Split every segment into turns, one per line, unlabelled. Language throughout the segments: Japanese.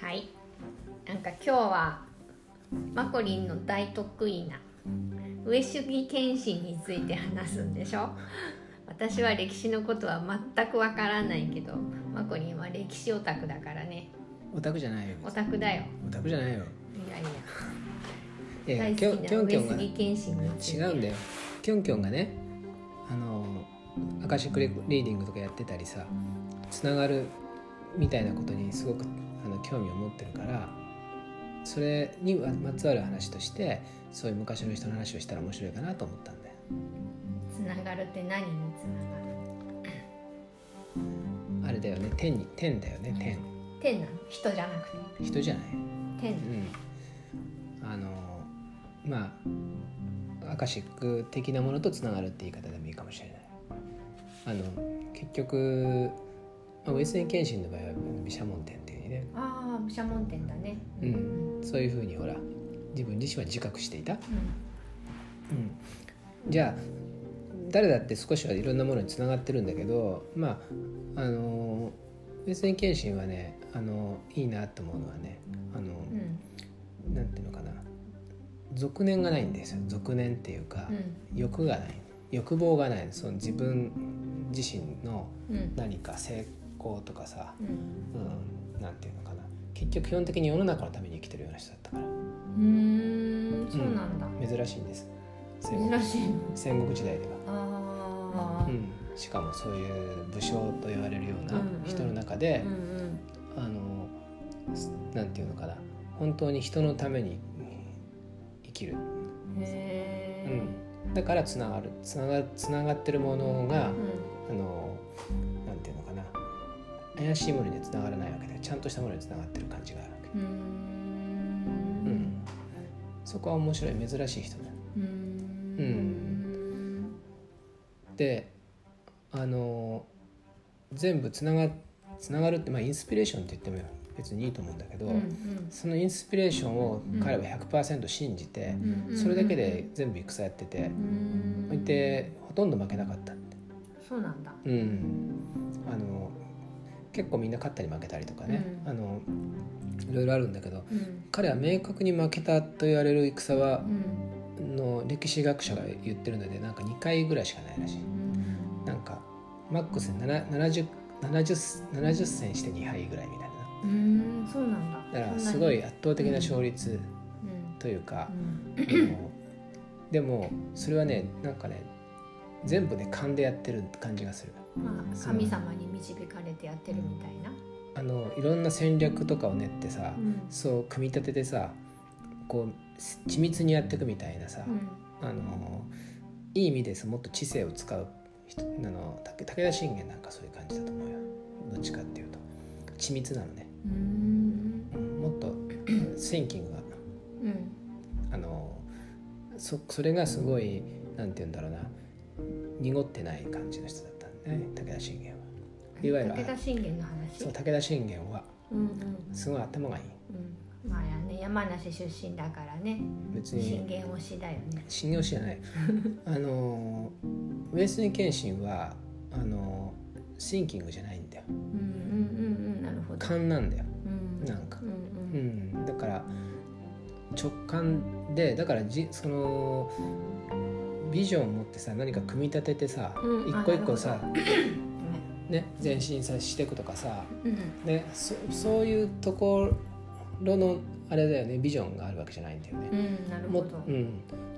はいなんか今日はマコリンの大得意な上杉謙信について話すんでしょ私は歴史のことは全くわからないけどマコリンは歴史オタクだからね
オタクじゃないよ
オタクだよ
オタクじゃないよ
いやい
いや
や大
いやきょん
好き
きょ
なん
きょん
上
が
杉謙信について
違うんだよきょんきょんがねあのアカシックレリーディングとかやってたりさつながるみたいなことにすごくあの興味を持ってるからそれにままつわる話としてそういう昔の人の話をしたら面白いかなと思ったんだよ
つながるって何につながる
あれだよね天に天だよね天
天なの人じゃなくて
人じゃない
天な
うん、あのまあアカシック的なものとつながるって言い方でもいいかもしれないあの結局、まあ、ウェスニー謙信の場合は毘沙門天っていうね、
のああ毘沙門天だね
うん、そういうふうにほら自分自身は自覚していた、
うん
うん、じゃあ誰だって少しはいろんなものにつながってるんだけどまああのウェスニー謙信はねあのいいなと思うのはねあ
う
の、
ん
なんていうのかな俗念がないんですよ俗念っていうか、
う
欲がない欲望がないその自分自身の
んうん
何か成功とかさ、
うん
うん、なんていうのかな結局基本的に世の中のために生きてるような人だったか
うーんそうなんだ、
ら珍しいんです戦国
珍しいの
戦国時代では、
ああ、
うん、しかもそういう武将と言われるような
うんうん
人の中で、
うんうん
あのすなんていうのかな本当に人のために生きる
へえ
うん、だからつながるつながつながってるもの
う
が、
ん
あのなんていうのかな怪しいものにはつながらないわけでちゃんとしたものにつながってる感じがあるわけ、
うー
うんん、そこは面白い珍しい人だ
うーん
であの全部つながつながるって、まあ、インスピレーションって言っても別にいいと思うんだけど、
うんうん
そのインスピレーションを彼は100%信じて、
うんうん
それだけで全部戦やってて
う、ん
それでほとんど負けなかったって。
そうなんだ
うん、あの結構みんな勝ったり負けたりとかね、
うん
あのいろいろあるんだけど
うん
彼は明確に負けたと言われる戦は
うん
の歴史学者が言ってるのでなんか2回ぐらいしかないらしい
うん
なんかマックスでな70 70 70戦して2敗ぐらいみたいな
うーんそうなんだ
だから
そ
す
んな
ご
に
い圧倒的な勝
う
率
ん
というか
う、ん
あのでもそれはねなんかね全部ね勘でやってる感じがする
まあ
そう
神様に導かれてやってるみたいな
あのいろんな戦略とかを練ってさ、
うん
そう組み立ててさこう緻密にやっていくみたいなさ、
うん
あのいい意味ですもっと知性を使う人あの武武田信玄なんかそういう感じだと思うよどっちかっていうと緻密なのね、
うーん
うんもっと シンキングが
うん
あのそそれがすごいなんて言うんだろうな濁ってない感じの人だったんだね武田信玄は。いわゆる
武田信玄の話
そう武田信玄は
うんうん
すごい頭がいい
うん、まあね山梨出身だからね
別に
信玄推しだよね
信用しじゃない あのウェスニー謙信はあのシンキングじゃないんだよ
うんうんうんうんなるほど、
勘なんだよ
うん、
なんか
うんう
うんんだから直感でだからじそのビジョンを持ってさ何か組み立ててさ、
うん
一個一個さ、ね、前進さしていくとかさ、
うん
ね、そそういうところのあれだよねビジョンがあるわけじゃないんだよね。
うんなる
も
ほ
っ
ど
うん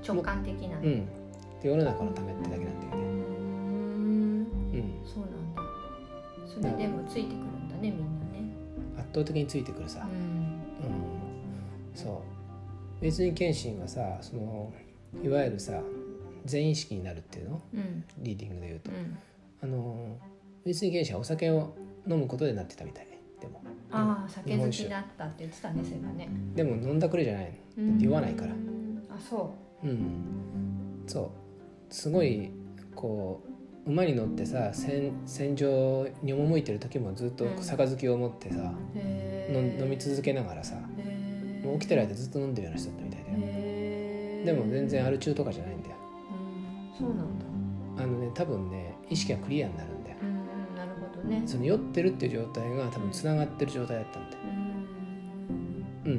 直感的な
うん、で世の中のためってだけなんだよ
う
ね。
ん
うん
そうなんだそれでもついてくるんだねみんなね
圧倒的についてくるさ、
うん
うんそう別に謙信はさそのいわゆるさ全意識になるっていうの
うん
リーディングで言うと、
うん
あの別に謙信はお酒を飲むことでなってたみたいでも
ああ酒好きだったって言ってたねそれがね
でも飲んだくれじゃないの
うん
言わないから
あそ
うんそうすごいこう馬に乗ってさ戦戦場に赴いてる時もずっと
うん
杯を持ってさ、
うへ
の
え
飲み続けながらさ
へ
もう起きてる間ずっと飲んでるような人だったみたいだよ、
へえ
でも全然アル中とかじゃないんだよ
うんそうなんだ
あのね多分ね意識がクリアになるんだよ
うんなるほどね
その酔ってるっていう状態が多分つながってる状態だったんだよ
うん
う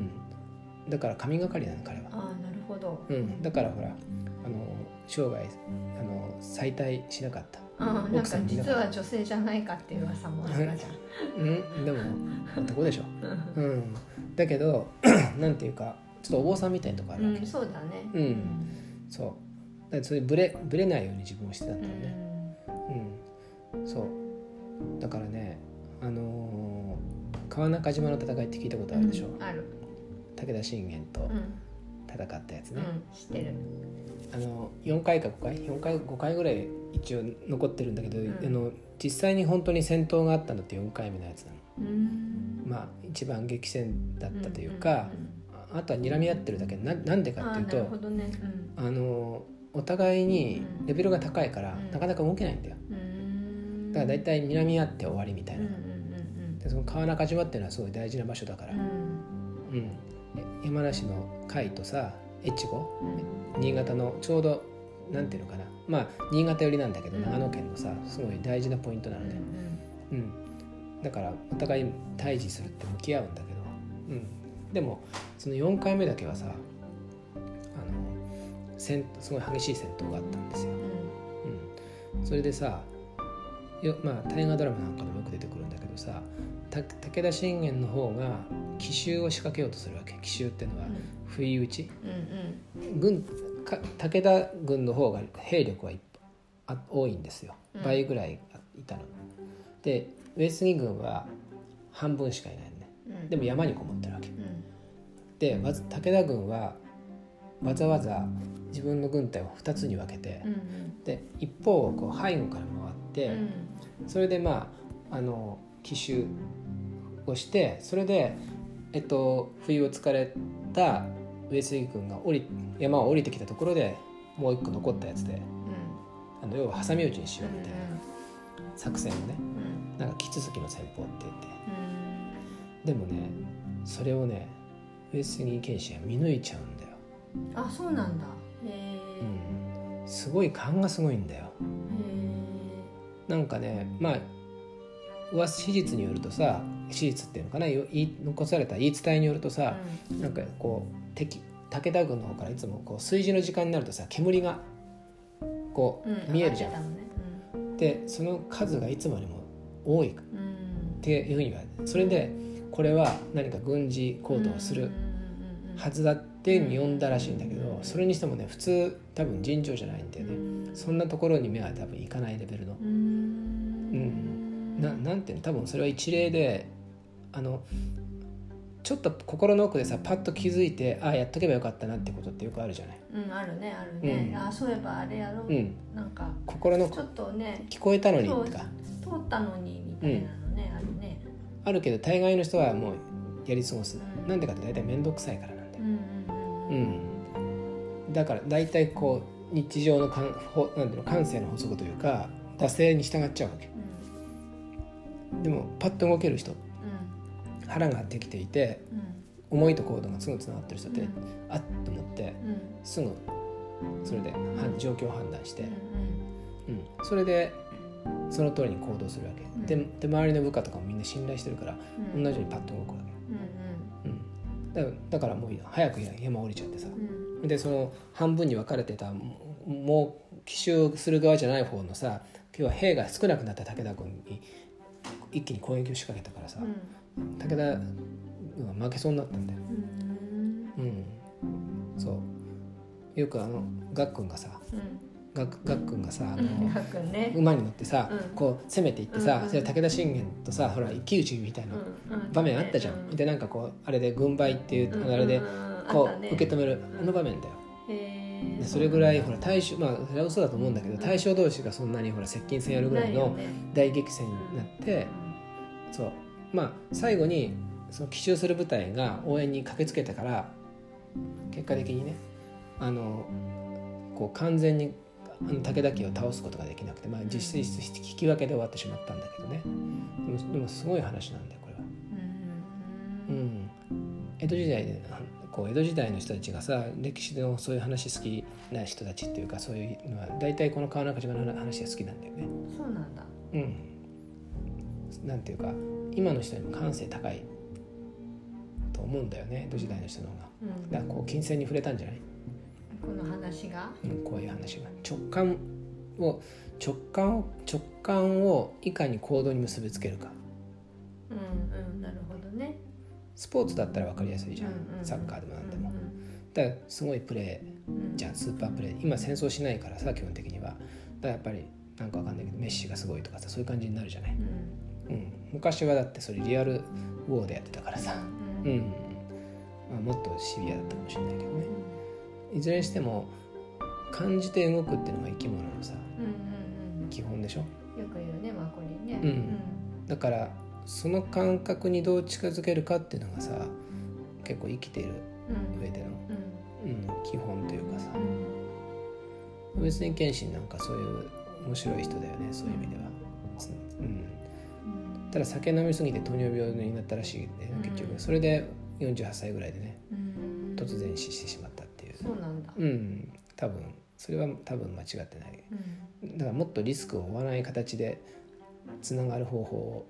ん、だから神がかりなの彼は、
ああなるほど
うん、だからほらあの生涯あの再退しなかった、
ああなん
奥
か
さんに
実は女性じゃないかっていう噂もあったじゃん
うん、でも男でしょ、
うん
うん、だけど なんていうかちょっとお坊さんみたいなとこあるわ
うん、そうだね。
け、うんそうだからそれブレブレないように自分をしてたん
う
だよね、
ん。
うん、そうだからねあのー川中島の戦いって聞いたことあるでしょ、
ある。
武田信玄と
うん。
戦ったやつ
う
ね、
ん、知ってる。
あの4回か5回4回5回ぐらい一応残ってるんだけど、
ん
あの実際に本当に戦闘があったのって4回目のやつなの
うん。
まあ一番激戦だったというか、ああとは睨み合ってるだけななんで
うん。うん
か
あ
っ
あ、
ていう
なるほ
と
どね。うん。
あのーお互いにレベルが高いか
う
ら、
ん
なかなか動けないんだよ
うん。
だから大体睨み合って終わりみたい
うん。
な
うん。うん。
でその川中島っていうのはすごい大事な場所だから、
う
うん
ん。
え山梨の甲斐とさ越後
うん。
新潟のちょうどなんていうのかなまあ新潟寄りなんだけど
うん
長野県のさすごい大事なポイントな
う
ので、
ん。
うんだからお互い対峙するって向き合うんだけど、うん、でもその4回目だけはさあの戦すごい激しい戦闘があったんですよ。うん、それでさよまあ大河ドラマなんかでもよく出てくるんだけどさた武田信玄の方が奇襲を仕掛けようとするわけ奇襲っていうのは不意打ち
うん。うん。
軍か武田軍の方が兵力はいっあ多いんですよ
うん
倍ぐらいいたの、で上杉軍は半分しかいないのね
うん。
でも山にこもってるわけ
うん。
でわざ武田軍はわざわざ自分の軍隊を2つに分けて、
うん。
で一方をこう背後
う
から回って、
ん。
それでまああの奇襲をしてそれで、えっと、冬を疲れた上杉軍が降り山を降りてきたところでもう一個残ったやつで
うん。
あの要は挟み撃ちにし
う。
ようみたいなん作戦をね
うん。
なんか木続きの戦法って言ってでもねそれをね上杉謙信は見抜いちゃうんだよ、
あ、そうなんだ。へえ。
うん、すごい勘がすごいんだよなんかねまあ噂史実によるとさ史実っていうのかなよ言い残された言い伝えによるとさ、なんかこう敵武田軍の方からいつもこう炊事の時間になるとさ煙がこ
うん。
う見えるじゃん。
ん。
でその数がいつもよりも多いっ
うん。
ていうふうにはそれでこれは何か軍事行動をするはずだっていうふうに呼んだらしいんだけどそれにしてもね普通多分尋常じゃないんだよね。そんなところに目は多分いかないレベルの
うーん
ななんていうの多分それは一例であのちょっと心の奥でさパッと気づいてああやっとけばよかったなってことってよくあるじゃない。
うんあるねあるね、
うん
あそういえばあれやろ、
うん、
なんか
心の
ちょっとね
聞こえたのに
そ
と
う通
か
ったのにみたいなのね、あるね
あるけど大概の人はもうやり過ごす
うん
なんでかって大体面倒くさいからなんだ
う
よ、
んう
う
ん
ん、だから大体こう日常のかんほなんていうの感性の法則というか惰性に従っちゃうわけでもパッと動ける人腹ができていて
うんうん
思いと行動がすぐつながってる人って、
うん
あっと思って
うんうん
すぐそれで判状況を判断して、
うん
うん、それでその通りに行動するわけ、
ん
でで周りの部下とかもみんな信頼してるから
うん
同じようにパッと動くわ
う
け
ん
うん、だだからもう早く山降りちゃってさ
うん
でその半分に分かれてたもうもう奇襲する側じゃない方のさ要は兵が少なくなった武田軍に一気に攻撃を仕掛けたからさ、
うん
武田軍は負けそうになったんだよ、
うん
うん、そうよくあのガックンがさガッガックンがさあ
う
の
ん うんくんね
馬に乗ってさ、
うん
こう攻めていってさ、
うんうん
それ武田信玄とさほら一騎打ちみたいな
うんうん
場面あったじゃん、
うん
でなんかこうあれで軍配っていう、あれで、
うんうんうん
こ
あった
う
ね
受け止めるあの場面だよ、
へー
でそれぐらいほら大将まあそれは嘘だと思うんだけど大将同士がそんなにほら接近戦やるぐらいの
ないよね
大激戦になってそうまあ最後にその奇襲する部隊が応援に駆けつけたから結果的にねあのこう完全にあの武田家を倒すことができなくて、まあ、実質引き分けで終わってしまったんだけどねでもでもすごい話なんだよこれは。
うん
うん、江戸時代でこう江戸時代の人たちがさ歴史のそういう話好きな人たちっていうかそういうのは大体この川中島の話が好きなんだよね。
そうなんだ
うん、なんていうか今の人よりも感性高いと思うんだよね江戸時代の人の方が
うん
だからこう金銭に触れたんじゃない、
この話が
うん、こういう話が直感を直感を直感をいかに行動に結びつけるか
うんうんなるほどね
スポーツだったら分かりやすいじゃん、
うんうん
サッカーでも何でも、
うん
だからすごいプレ
うん
ーじゃんスーパープレー今戦争しないからさ基本的にはだからやっぱりなんか分かんないけどメッシがすごいとかさそういう感じになるじゃない、
うん
うん、昔はだってそれリアルウォーでやってたからさ、
うん
うんまあ、もっとシビアだったかもしれないけどねいずれにしても感じて動くっていうのが生き物のさ
うんうん
基本でしょ
うんよく言うねマコリンね
うんだからその感覚にどう近づけるかっていうのがさ結構生きている
うんうん
上での、
うん
うん、基本というかさ別に謙信なんかそういう面白い人だよねそういう意味では、うん、
うん
ただ酒飲みすぎて糖尿病になったらしいね結
う
局
ん
それで48歳ぐらいでね
うん
突然死してしまったっていう
そうなんだ
うん多分それは多分間違ってない
うん
だからもっとリスクを負わない形でつながる方法を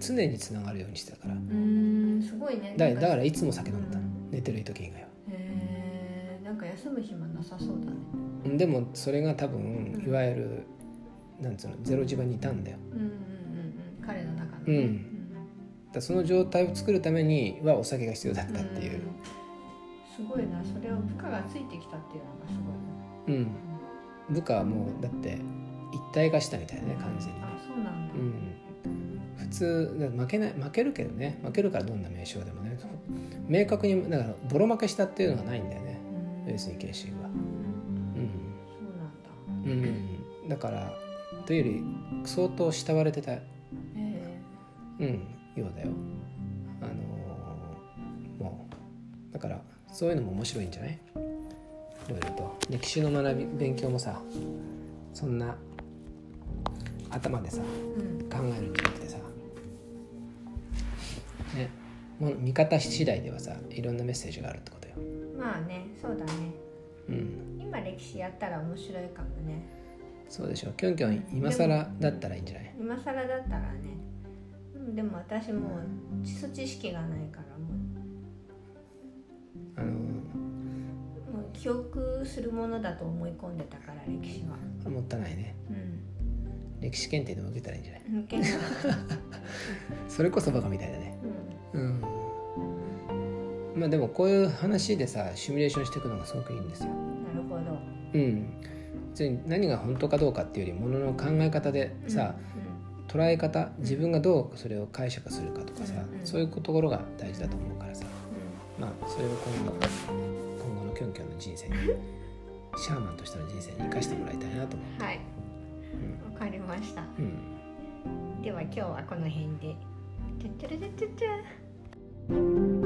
つ常につながるようにしてたから
うんすごいね
だ
なん
だから
へ
いつも酒飲んでたの
うん
寝てる時以外は
えなんか休む暇なさそうだね
うんでもそれが多分
うん
いわゆるなんつうのゼロ地盤にいたんだよ
うんうんうんうん彼の中の
うん
ね
だからその状態を作るためにはお酒が必要だっ
うん
たっていう
すごいなそれを部下がついてきたっていうのがすごいな
うん部下はもうだって一体化したみたいなね完全にね
あそうなんだ
うん普通だ負けない負けるけどね負けるからどんな名称でもね明確にだからボロ負けしたっていうのがないんだよね
うん
上杉謙信は、う
そうなんだ
んうん、だからというより相当慕われてた、
え
うん、ようだよあのーもうだからそういうのも面白いんじゃないいろいろと歴史の学び勉強もさそんな頭でさ
えうん
考えるんじゃなくてさ、ね、もう見方次第ではさいろんなメッセージがあるってことよ。
まあねそうだね
うん、
今歴史やったら面白いかもね
そうでしょうきょんきょん今更だったらいいんじゃない
今更だったらねうんでも私もう基礎知識がないからも
あの
うもう記憶するものだと思い込んでたから歴史は
ーもったいないね
うん
歴史検定でも受けたらいいんじゃない
うんけど
それこそバカみたいだね
う
うんまあでもこういう話でさシミュレーションしていくのがすごくいいんですよ
んなるほど
うん別に何が本当かどうかっていうよりものの考え方でさ、捉え方自分がどうそれを解釈するかとかさ、
うん
そういうところが大事だと思うからさ
うんう
まあそれを今後今後のキョンキョンの 人生にシャーマンとしての人生に生かしてもらいたいなと思
んはい
うん
わかりました
う、うん
では今日はこの辺でてってれてってって